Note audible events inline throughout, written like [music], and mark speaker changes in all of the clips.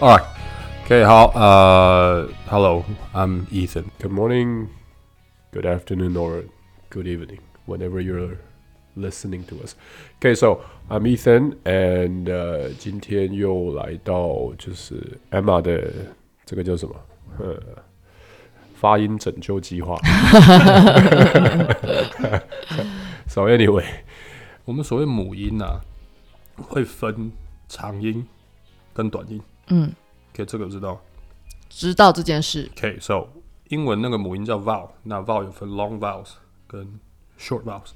Speaker 1: All right. Okay. How, uh, hello. I'm Ethan.
Speaker 2: Good morning, good afternoon, or good evening, whenever you're listening to us. Okay, so I'm Ethan, and、uh, 今天又来到就是 Emma 的这个叫什么？呃，发音拯救计划。so anyway，
Speaker 1: 我们所谓母音啊，会分长音跟短音。
Speaker 3: 嗯，
Speaker 1: OK，这个我知道。
Speaker 3: 知道这件事。
Speaker 1: OK，so 英文那个母音叫 vowel，那 vowel 有分 long vowels 跟 short vowels。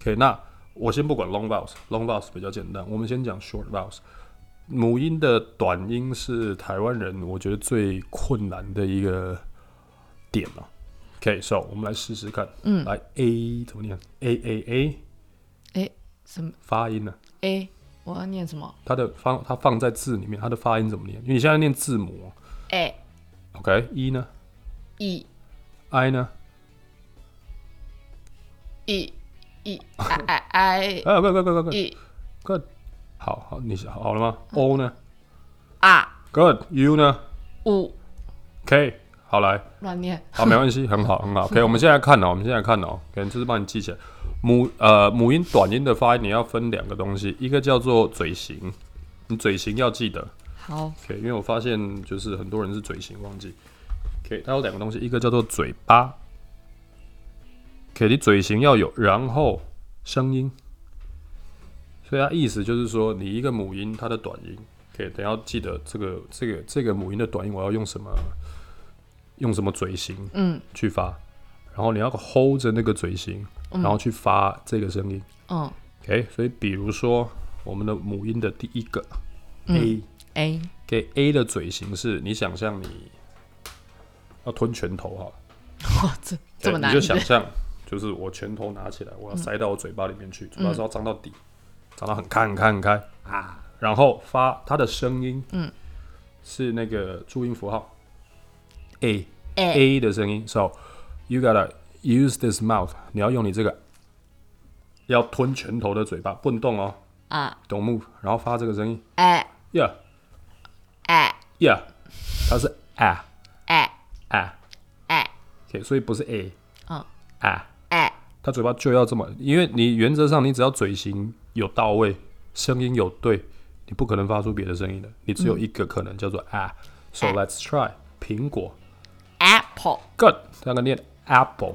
Speaker 1: OK，那我先不管 long vowels，long vowels 比较简单，我们先讲 short vowels。母音的短音是台湾人我觉得最困难的一个点啊。OK，so、我们来试试看，
Speaker 3: 嗯
Speaker 1: 来 A 怎么念？A A A
Speaker 3: 什么
Speaker 1: 发音呢、
Speaker 3: A？我要念什么
Speaker 1: 它的放它放在字里面，它的发音怎么念？因为你现在念字母啊
Speaker 3: A
Speaker 1: ，OK，一呢
Speaker 3: E
Speaker 1: ，I 呢？
Speaker 3: E E I
Speaker 1: 哎，
Speaker 3: I
Speaker 1: 快快快快快！
Speaker 3: E
Speaker 1: Good，好好，你想好了吗？O 呢
Speaker 3: R
Speaker 1: ？Good，U 呢
Speaker 3: 啊五
Speaker 1: ？K，好来，
Speaker 3: 乱念。
Speaker 1: 好，没关系，很好，很好。OK，我们现在看哦，我们现在看哦，OK，这是帮你记起来。母呃母音短音的发音，你要分两个东西，一个叫做嘴型，你嘴型要记得
Speaker 3: 好，
Speaker 1: ，OK，因为我发现就是很多人是嘴型忘记。OK，它有两个东西，一个叫做嘴巴，OK，你嘴型要有，然后声音。所以它意思就是说，你一个母音它的短音，OK，等一下记得这个这个这个母音的短音，我要用什么用什么嘴型
Speaker 3: 嗯
Speaker 1: 去发，然后你要 hold 着那个嘴型，然后去发这个声音。
Speaker 3: 嗯
Speaker 1: OK，所以比如说我们的母音的第一个、
Speaker 3: 嗯
Speaker 1: A，
Speaker 3: [laughs] A
Speaker 1: 给 A 的嘴型是你想象你要吞拳头哈，
Speaker 3: 哇，这这么
Speaker 1: OK，
Speaker 3: 难
Speaker 1: 你就想象就是我拳头拿起来，我要塞到我嘴巴里面去，
Speaker 3: 嗯
Speaker 1: 嘴巴是要张到底，张到很开很开很开啊，然后发它的声音，
Speaker 3: 嗯，
Speaker 1: 是那个注音符号 A。
Speaker 3: A
Speaker 1: A 的声音。So you gotta use this mouth，你要用你这个要吞拳头的嘴巴，不能动哦
Speaker 3: 啊
Speaker 1: ，don't move，然后发这个声音
Speaker 3: A
Speaker 1: ，yeah
Speaker 3: A
Speaker 1: yeah，它是啊
Speaker 3: A
Speaker 1: 啊
Speaker 3: A
Speaker 1: ，OK，所以不是 A
Speaker 3: 嗯
Speaker 1: 啊，
Speaker 3: A
Speaker 1: 它嘴巴就要这么，因为你原则上你只要嘴型有到位，声音有对，你不可能发出别的声音的，你只有一个可能叫做啊。So let's try 苹果
Speaker 3: Apple
Speaker 1: ，good，那个念 apple。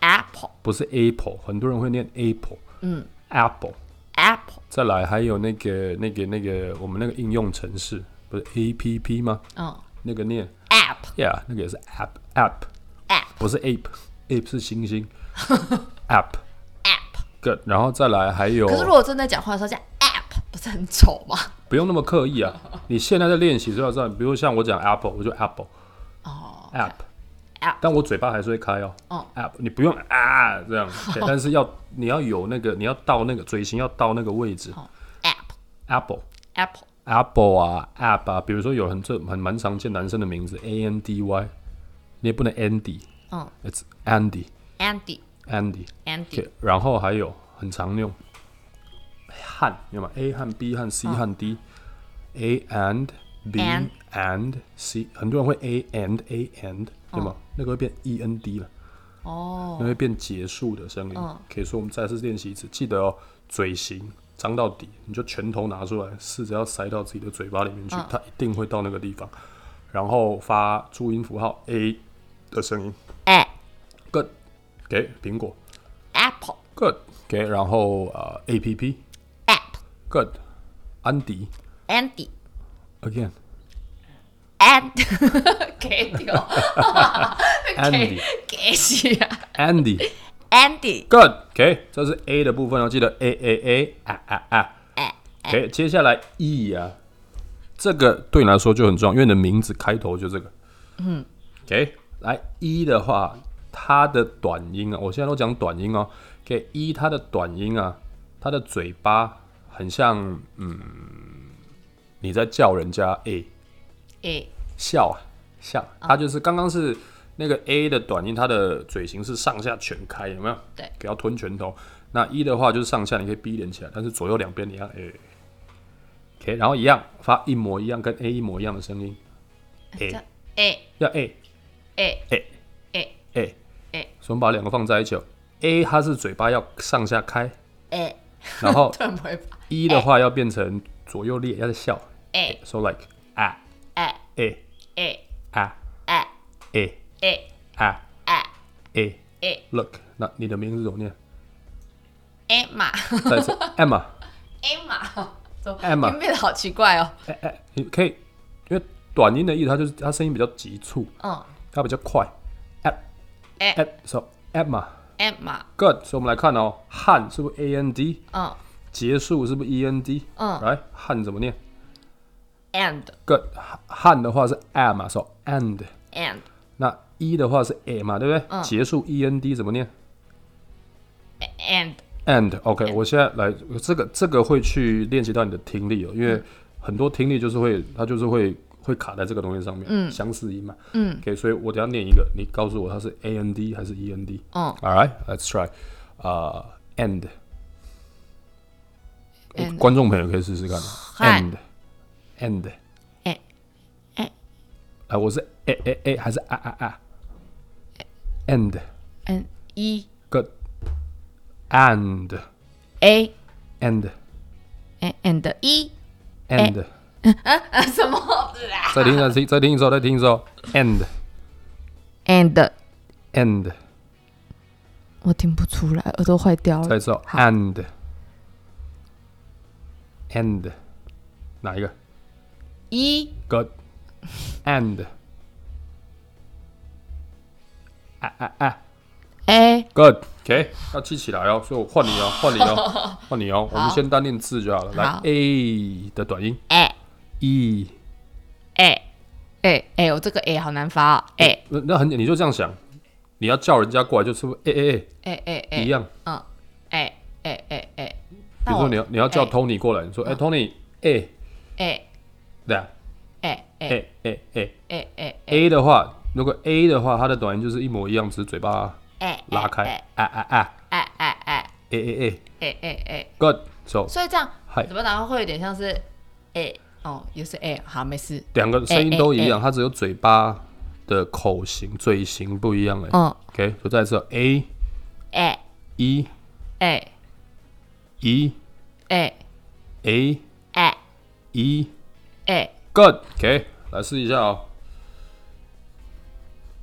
Speaker 3: Apple
Speaker 1: 不是 apple，很多人会念 apple，嗯，apple。
Speaker 3: Apple
Speaker 1: 再来还有那个那个那个我们那个应用程式，不是 A P P 吗？
Speaker 3: 嗯
Speaker 1: 那个念
Speaker 3: App
Speaker 1: ，yeah，那个也是 app app，
Speaker 3: App
Speaker 1: 不是 ape，ape 是星星 [laughs] ，app
Speaker 3: App。
Speaker 1: good。然后再来还有，
Speaker 3: 可是如果真的讲话的时候讲 App，不是很丑吗？
Speaker 1: 不用那么刻意啊。你现在在练习就要知道，比如像我讲 apple，我就 apple
Speaker 3: 哦
Speaker 1: app。
Speaker 3: App
Speaker 1: 但我嘴巴还是会开哦。
Speaker 3: 哦
Speaker 1: app，你不用啊这
Speaker 3: [laughs]
Speaker 1: 样，对但是要你要有那个，你要到那个嘴型要到那个位置。
Speaker 3: 哦 App
Speaker 1: apple
Speaker 3: Apple
Speaker 1: Apple 啊，App 啊，比如说有很这很蛮常见男生的名字 A N D Y，你也不能 Andy，It's
Speaker 3: 嗯
Speaker 1: Andy
Speaker 3: Andy
Speaker 1: Andy，
Speaker 3: Andy
Speaker 1: OK，然后还有很常用汉，有吗？A 和 B 和 C 和 D，A and B
Speaker 3: 哦 And
Speaker 1: and C，很多人会 A and A and，对吗？那个会变 E N D 了，
Speaker 3: 哦
Speaker 1: 那会变结束的声音。可以说我们再次练习一次，记得哦，嘴型张到底，你就拳头拿出来，试着要塞到自己的嘴巴里面
Speaker 3: 哦
Speaker 1: 去，它一定会到那个地方。然后发注音符号 A 的声音
Speaker 3: A
Speaker 1: ，Good，给苹果
Speaker 3: Apple
Speaker 1: ，Good，给然后呃 A P P，Good，
Speaker 3: App
Speaker 1: 安迪
Speaker 3: Andy
Speaker 1: again。
Speaker 3: And [laughs] 给 [laughs] 掉
Speaker 1: Andy
Speaker 3: 给洗啊
Speaker 1: Andy
Speaker 3: Andy
Speaker 1: [laughs] Good OK，这是 A 的部分哦，记得 A A A 啊啊啊
Speaker 3: A
Speaker 1: OK，接下来 E 啊，这个对你来说就很重要，因为你的名字开头就这个。嗯，OK，来 E 的话，它的短音啊，我现在都讲短音哦。OK，E、它的短音啊，它的嘴巴很像，嗯，你在叫人家 A
Speaker 3: A
Speaker 1: 笑啊笑，它就是刚刚是那个 A 的短音，它的嘴型是上下全开，有没有？
Speaker 3: 对
Speaker 1: 给它吞拳头。那 E 的话就是上下，你可以逼连起来，但是左右两边你要 A。哎 OK，然后一样发一模一样跟 A 一模一样的声音，
Speaker 3: 这样诶
Speaker 1: 要 A
Speaker 3: 诶
Speaker 1: A
Speaker 3: 诶
Speaker 1: A，
Speaker 3: 诶
Speaker 1: 所以我们把两个放在一起哦。A 它是嘴巴要上下开，
Speaker 3: 诶，
Speaker 1: 然后
Speaker 3: 突然不会吧？
Speaker 1: 一的话要变成左右裂，要在笑。
Speaker 3: 诶
Speaker 1: So like 啊
Speaker 3: 诶
Speaker 1: A
Speaker 3: 诶
Speaker 1: 啊
Speaker 3: 诶
Speaker 1: A
Speaker 3: 诶
Speaker 1: 啊
Speaker 3: 诶 [laughs]
Speaker 1: A
Speaker 3: 诶
Speaker 1: Look，那你的名字怎么念？
Speaker 3: 诶马
Speaker 1: 再一次 Emma，
Speaker 3: 诶马， [laughs] 怎么
Speaker 1: Emma
Speaker 3: 音变得好奇怪哦。
Speaker 1: 哎哎，你可以，因为短音的意思，它就是它声音比较急促，
Speaker 3: 嗯，
Speaker 1: 它比较快。at
Speaker 3: 诶
Speaker 1: at so Emma。
Speaker 3: 诶马，
Speaker 1: Good，所以我们来看哦，汉是不是 a n d，
Speaker 3: 嗯
Speaker 1: 结束是不是 e n d？
Speaker 3: 嗯
Speaker 1: 来汉怎么念
Speaker 3: ，and
Speaker 1: ？Good，汉汉的话是 a 嘛，so and，
Speaker 3: and
Speaker 1: 那 e 的话是 a 嘛，对不对？
Speaker 3: 嗯
Speaker 1: 结束 e n d 怎么念
Speaker 3: and
Speaker 1: ？and，OK，、我现在来这个这个会去练习到你的听力哦，因为很多听力就是会它就是会会卡在这个东西上面，嗯，相似音嘛，嗯，OK，所以我等一下念一个，你告诉我它是 a n d 还是 e n d？
Speaker 3: 嗯
Speaker 1: All right，let's try，呃、a n d
Speaker 3: and
Speaker 1: 观众朋友可以试试看。
Speaker 3: 汉
Speaker 1: and and
Speaker 3: 诶诶
Speaker 1: 啊，我是 a a a 还是啊啊啊？and
Speaker 3: and 一
Speaker 1: good and
Speaker 3: a
Speaker 1: and
Speaker 3: and and 一
Speaker 1: and
Speaker 3: 啊 E [laughs] 什么啦
Speaker 1: 再听再听再听一首再听一首 and
Speaker 3: [laughs] ？and
Speaker 1: and
Speaker 3: 我听不出来，耳朵坏掉
Speaker 1: 再
Speaker 3: 了
Speaker 1: 一。首 and and 哪一个
Speaker 3: 一
Speaker 1: good and
Speaker 3: a
Speaker 1: Good. OK，要记起来哦，所以我换你 [laughs] 哦，换你哦，换你哦。我们先单练字就好了。来
Speaker 3: 好
Speaker 1: ，A 的短音
Speaker 3: a
Speaker 1: E，
Speaker 3: a a a，我这个 a 好难发哦。a
Speaker 1: 那那很简，你就这样想，你要叫人家过来就是 A A
Speaker 3: a a
Speaker 1: A 哎一
Speaker 3: a，
Speaker 1: 样。
Speaker 3: 嗯，a a a a。
Speaker 1: 比如说你要你要叫
Speaker 3: 哎
Speaker 1: Tony 过来，你说哎 Tony A，
Speaker 3: a
Speaker 1: 对啊
Speaker 3: a a
Speaker 1: ，A A A
Speaker 3: a a
Speaker 1: A 的话，如果 A 的话，它的短音就是一模一样，只是嘴巴
Speaker 3: a
Speaker 1: 拉开，
Speaker 3: a
Speaker 1: 啊啊啊
Speaker 3: a a
Speaker 1: ，A A A。
Speaker 3: a a a。
Speaker 1: Good，so
Speaker 3: 所以这样
Speaker 1: 嗨
Speaker 3: 怎么打会有点像是 a 哦，也是 a，好，没事。
Speaker 1: 两个声音都一
Speaker 3: 哎哎
Speaker 1: 样，它只有嘴巴的口型、嘴型不一样哎。
Speaker 3: 嗯
Speaker 1: OK，所以再次 A
Speaker 3: a
Speaker 1: E
Speaker 3: a
Speaker 1: E
Speaker 3: a
Speaker 1: A
Speaker 3: a
Speaker 1: E
Speaker 3: a
Speaker 1: Good。OK，来试一下哦。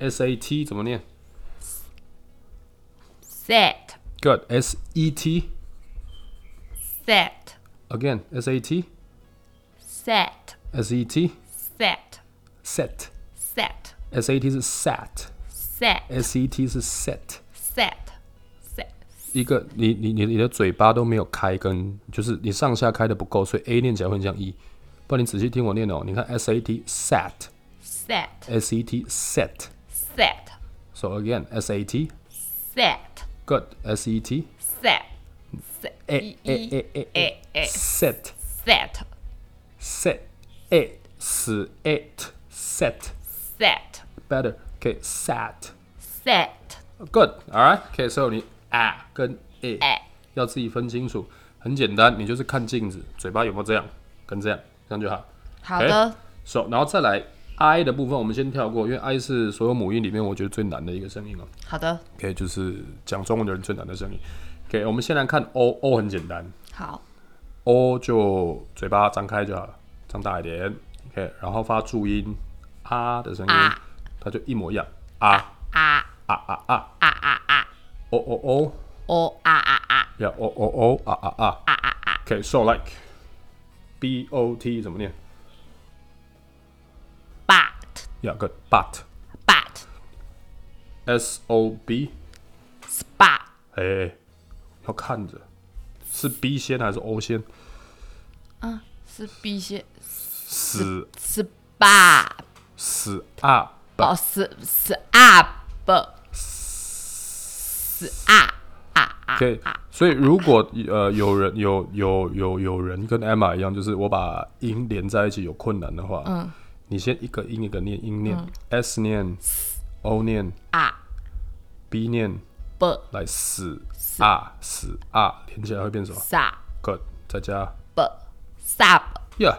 Speaker 1: S A T 怎么念
Speaker 3: set
Speaker 1: ？Good。S E T
Speaker 3: set
Speaker 1: again。S A T
Speaker 3: set
Speaker 1: S E T
Speaker 3: set
Speaker 1: set。
Speaker 3: set
Speaker 1: S A T 是 sat。
Speaker 3: set
Speaker 1: S E T 是 set。
Speaker 3: set set
Speaker 1: 一个你你你你的嘴巴都没有开跟，就是你上下开的不够，所以 A 念起来会很像 E。不然你仔细听我念哦，你看 S A T sat
Speaker 3: set
Speaker 1: S E T set。
Speaker 3: set
Speaker 1: So again S A T
Speaker 3: set
Speaker 1: good S E T
Speaker 3: set
Speaker 1: A A A A
Speaker 3: a a
Speaker 1: set
Speaker 3: set
Speaker 1: set A s it set
Speaker 3: set
Speaker 1: better OK sat
Speaker 3: set
Speaker 1: good all right OK so 你啊跟 A
Speaker 3: a
Speaker 1: 要自己分清楚，很简单，你就是看镜子，嘴巴有没有这样跟这样，这样就好。
Speaker 3: 好的，
Speaker 1: So，然后再来 I 的部分，我们先跳过，因为 I 是所有母音里面我觉得最难的一个声音哦。
Speaker 3: 好的，
Speaker 1: OK，就是讲中文的人最难的声音。OK，我们先来看 O，O 很简单
Speaker 3: 好，
Speaker 1: ，O 哦就嘴巴张开就好了，张大一点。OK，然后发注音啊的声音
Speaker 3: 啊，
Speaker 1: 它就一模一样啊
Speaker 3: 啊
Speaker 1: 啊啊啊
Speaker 3: 啊啊啊，
Speaker 1: ，O O O，
Speaker 3: 哦啊啊啊
Speaker 1: 要 O O O 啊啊啊啊啊啊。OK，so like B O T 怎么念
Speaker 3: ，but
Speaker 1: 要个 But
Speaker 3: but
Speaker 1: S O B。
Speaker 3: spot
Speaker 1: 哎、要看着，是 B 先还是 O 先？
Speaker 3: 是 B 先
Speaker 1: 死
Speaker 3: 是 b
Speaker 1: 死啊不
Speaker 3: 哦，是是 up，是 up 啊啊
Speaker 1: 对，所以如果呃有人有有有有人跟 Emma 一样，就是我把音连在一起有困难的话，嗯，你先一个音一个念，音念、S 念 O 念
Speaker 3: 啊
Speaker 1: B 念
Speaker 3: 不
Speaker 1: 来死啊死啊连起来会变什么
Speaker 3: 啥
Speaker 1: ？Good，再加
Speaker 3: 不 sub
Speaker 1: Yeah，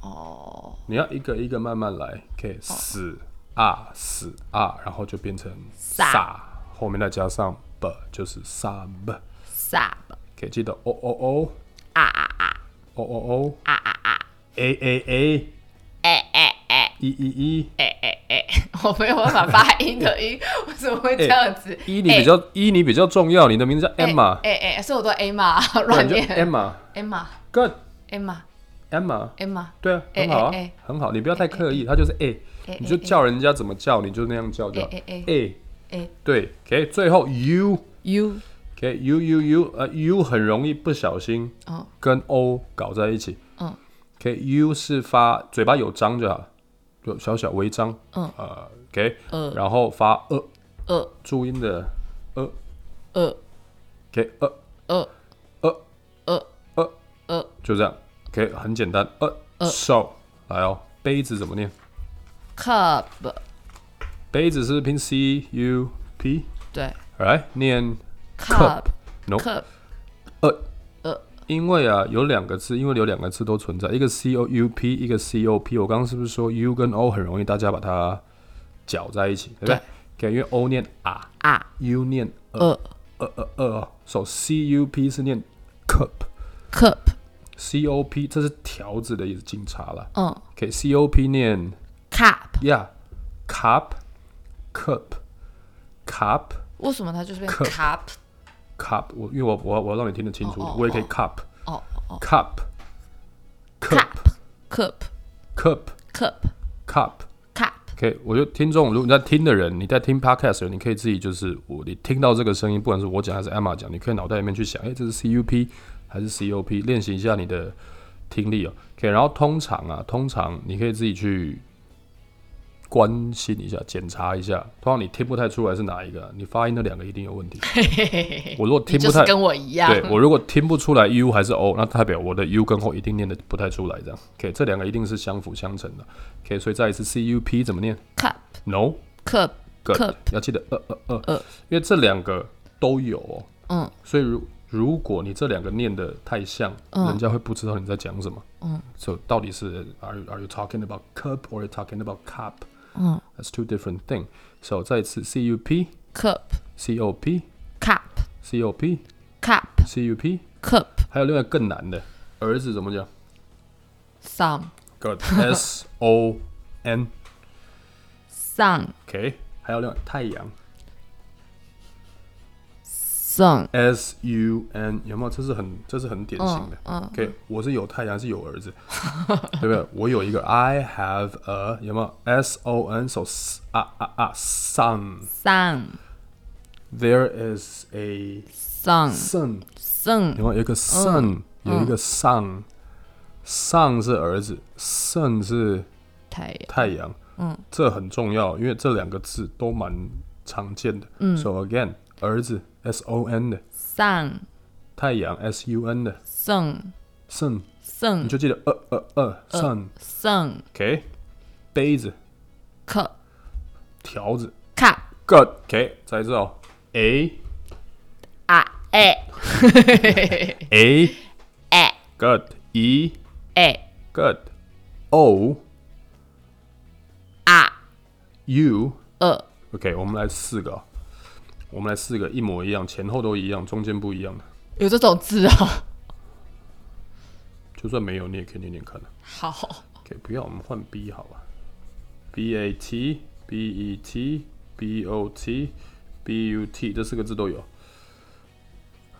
Speaker 3: 哦，
Speaker 1: 你要一个一个慢慢来。OK，死啊死啊，然后就变成
Speaker 3: 撒
Speaker 1: 撒，后面再加上 b 就是撒 b。
Speaker 3: 萨吧，
Speaker 1: 可以记得哦哦哦
Speaker 3: 啊啊啊
Speaker 1: 哦哦哦
Speaker 3: 啊啊啊，
Speaker 1: a a a
Speaker 3: 哎哎哎
Speaker 1: e e e。
Speaker 3: 哎哎哎， [laughs] 我没有办法发音的音，我怎么会这样子？
Speaker 1: 哎一 E，你比较一你比较重要，你的名字叫
Speaker 3: 哎
Speaker 1: Emma，
Speaker 3: 哎哎，哎所以我都 Emma [laughs]
Speaker 1: 不然
Speaker 3: 乱
Speaker 1: 你就
Speaker 3: 念
Speaker 1: Emma。
Speaker 3: Emma
Speaker 1: Good
Speaker 3: Emma
Speaker 1: Emma，
Speaker 3: Emma，
Speaker 1: 对啊，
Speaker 3: 哎
Speaker 1: 很好啊
Speaker 3: 哎哎，
Speaker 1: 很好，你不要太刻意，他就是
Speaker 3: 哎
Speaker 1: A，你就叫人家怎么叫，你就那样叫就好
Speaker 3: 哎哎哎
Speaker 1: A，
Speaker 3: 哎
Speaker 1: 对，OK，最后 U。
Speaker 3: ，U
Speaker 1: OK U U U 呃 U 很容易不小心
Speaker 3: 哦
Speaker 1: 跟 O 搞在一起。
Speaker 3: 嗯
Speaker 1: OK U 是发嘴巴有张就好了，有小小微张。
Speaker 3: 嗯
Speaker 1: 呃 OK
Speaker 3: 呃
Speaker 1: 然后发呃
Speaker 3: 呃
Speaker 1: 注音的呃
Speaker 3: 呃
Speaker 1: OK 呃
Speaker 3: 呃
Speaker 1: 呃
Speaker 3: 呃
Speaker 1: 呃
Speaker 3: 呃
Speaker 1: 就这样 OK 很简单呃
Speaker 3: 呃
Speaker 1: so 来哦杯子怎么念？
Speaker 3: ，Cup，
Speaker 1: 杯子是拼 C U P
Speaker 3: 对
Speaker 1: 来念
Speaker 3: ，Cup
Speaker 1: no
Speaker 3: Cup
Speaker 1: 呃
Speaker 3: 呃
Speaker 1: 因为啊，有两个字，因为有两个字都存在，一个 C O U P，一个 C O P。我刚刚是不是说 U 跟 O 很容易大家把它搅在一起，对不对？对因为 O 念啊
Speaker 3: 啊
Speaker 1: ，U 念呃
Speaker 3: 呃
Speaker 1: 呃呃呃哦，所以 C U P 是念 cup，C
Speaker 3: ，Cup，
Speaker 1: O P 这是条子的意思，警察了。
Speaker 3: 嗯
Speaker 1: OK，C、O P 念
Speaker 3: ，Cup，
Speaker 1: yeah，cup，cup，cup。
Speaker 3: 为什么它就是变
Speaker 1: Cup
Speaker 3: Cup？
Speaker 1: cup，我因为我我我要让你听得清楚，
Speaker 3: 哦哦
Speaker 1: 我也可以
Speaker 3: 哦
Speaker 1: cup
Speaker 3: 哦哦
Speaker 1: cup cup
Speaker 3: ，Cup
Speaker 1: cup
Speaker 3: Cup
Speaker 1: cup。
Speaker 3: Cup，
Speaker 1: OK，我觉得听众，如果你在听的人，你在听 podcast 的人，你可以自己就是我，你听到这个声音，不管是我讲还是 Emma 讲，你可以脑袋里面去想，哎、这是 CUP 还是 COP，练习一下你的听力哦。OK，然后通常啊，通常你可以自己去关心一下，检查一下，通常你听不太出来是哪一个啊、你发音那两个一定有问
Speaker 3: [laughs]
Speaker 1: 题。我如果听
Speaker 3: 你
Speaker 1: 不
Speaker 3: 就是
Speaker 1: 太，
Speaker 3: 跟我一样，
Speaker 1: 对我如果听不出来 U 还是 O，那代表我的 U 跟 O 一定念的不太出来，这样 OK，这两个一定是相辅相成的。OK，所以再一次 CUP 怎么念
Speaker 3: Cup
Speaker 1: ？No。
Speaker 3: Cup
Speaker 1: good，
Speaker 3: Cup
Speaker 1: 要记得呃呃呃
Speaker 3: 呃
Speaker 1: 因为这两个都有哦，
Speaker 3: 嗯
Speaker 1: 所以如如果你这两个念的太像，
Speaker 3: 嗯
Speaker 1: 人家会不知道你在讲什么。
Speaker 3: 嗯，
Speaker 1: so, 到底是 are you- are you talking about cup or you talking about cup?
Speaker 3: 嗯
Speaker 1: That's two different thing. So 再一次 C U P
Speaker 3: ，Cup
Speaker 1: C O P
Speaker 3: Cup
Speaker 1: C O P
Speaker 3: Cup
Speaker 1: C U P，
Speaker 3: Cup
Speaker 1: 还有另外更难的儿子怎么讲
Speaker 3: Some
Speaker 1: ？Good S O N
Speaker 3: Sun
Speaker 1: OK，还有另外太阳
Speaker 3: Sun，
Speaker 1: S U N 有没有？这是很这是很典型的
Speaker 3: 嗯。嗯
Speaker 1: OK，我是有太阳，是有儿子，对不对？我有一个 I have a 有没有 S O N 手 s 啊啊啊 son。
Speaker 3: ，Sun
Speaker 1: There is a
Speaker 3: Sun
Speaker 1: son，
Speaker 3: Sun
Speaker 1: 有没有有一
Speaker 3: 嗯
Speaker 1: 个 son，、有一个 son。son 是儿子，son 是
Speaker 3: 太阳，
Speaker 1: 太阳。
Speaker 3: 嗯，
Speaker 1: 这很重要，因为这两个字都蛮常见的。嗯，So again，儿子 S O N 的，
Speaker 3: Sun
Speaker 1: 太阳 S U N 的
Speaker 3: Sun
Speaker 1: son，你
Speaker 3: Sun
Speaker 1: 就记得呃呃呃 son。
Speaker 3: Sun
Speaker 1: OK，杯子。
Speaker 3: Cup
Speaker 1: 条子
Speaker 3: Cup
Speaker 1: ，good。OK，再一次哦，a
Speaker 3: 啊哎 [laughs]
Speaker 1: a
Speaker 3: 哎
Speaker 1: good e
Speaker 3: 哎
Speaker 1: good o
Speaker 3: 啊
Speaker 1: u。
Speaker 3: 呃
Speaker 1: OK，我们来四个哦，我们来四个一模一样，前后都一样，中间不一样的，
Speaker 3: 有这种字哦，
Speaker 1: 就算没有你也可以念念看啊的。
Speaker 3: 好
Speaker 1: OK，不要，我们换 b 好吧，b a t b e t b o t b u t 这四个字都有。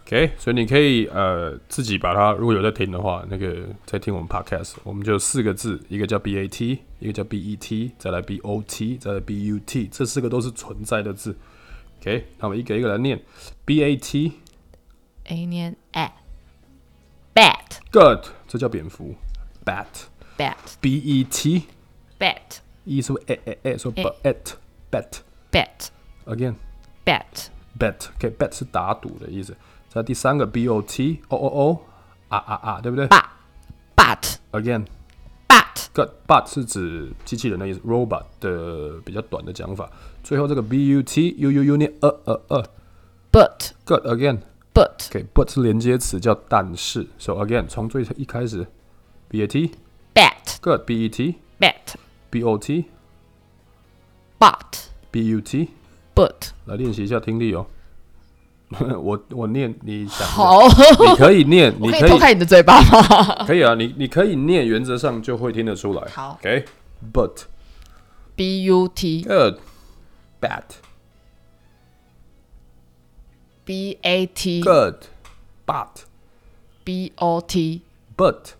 Speaker 1: OK，所以你可以呃自己把它，如果有在听的话，那个在听我们 Podcast，我们就四个字，一个叫 BAT，一个叫 BET，再来 BOT，再来 BUT，这四个都是存在的字。OK，那我们一个一个来念 BAT，Good，
Speaker 3: ，A 念哎，Bat
Speaker 1: 这叫蝙蝠，Bat，BET，
Speaker 3: Bat Bat
Speaker 1: 一是 a a a，说 bet，bet。
Speaker 3: Bet
Speaker 1: Again,
Speaker 3: Bet
Speaker 1: bet. OK, bet 是打赌的意思。在第三个 b o t o o o 啊啊啊，对不对
Speaker 3: But But
Speaker 1: ？Again,
Speaker 3: But
Speaker 1: good. But 是指机器人的意思，robot 的比较短的讲法。最后这个 b u t u u u 念呃呃呃。
Speaker 3: But
Speaker 1: Good again.
Speaker 3: But
Speaker 1: OK, but 是连接词，叫但是。So again，从最一开始 B A T
Speaker 3: bat
Speaker 1: good B E T
Speaker 3: bat
Speaker 1: B O T
Speaker 3: but
Speaker 1: B U T，
Speaker 3: but
Speaker 1: 来练习一下听力哦。 [laughs] 我我念，你想一下
Speaker 3: 好，
Speaker 1: 你可以念，
Speaker 3: 我
Speaker 1: 你
Speaker 3: 可
Speaker 1: 可
Speaker 3: 以偷
Speaker 1: 以
Speaker 3: 看 [laughs] 你的嘴巴
Speaker 1: [laughs]
Speaker 3: 吗
Speaker 1: 可以啊，你你可以念，原则上就会听得出来。
Speaker 3: 好
Speaker 1: ，OK，but、
Speaker 3: ？B U T
Speaker 1: good bad
Speaker 3: B A T
Speaker 1: good but
Speaker 3: B O T，
Speaker 1: but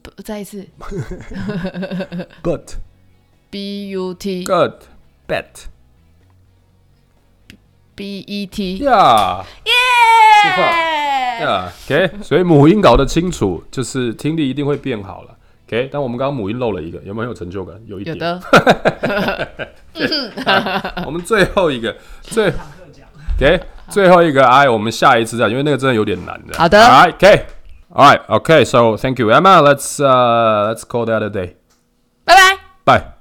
Speaker 3: 不再一次
Speaker 1: but
Speaker 3: B U T
Speaker 1: good bet
Speaker 3: B E T，
Speaker 1: yeah
Speaker 3: 耶！ [laughs]
Speaker 1: yeah OK，所以母音搞得清楚，就是听力一定会变好了。OK，但我们刚刚母音漏了一个，有没有有成就感？有一
Speaker 3: 有
Speaker 1: 点。
Speaker 3: [laughs] 的，
Speaker 1: 我们最后一
Speaker 3: [laughs]
Speaker 1: 个，最 OK，最后一个 I，我们下一次再，因为那个真的有点难的。
Speaker 3: 好的
Speaker 1: All right, OK。All right, OK. So thank you, Emma. Let's uh, let's call that a day.
Speaker 3: 拜拜。
Speaker 1: Bye.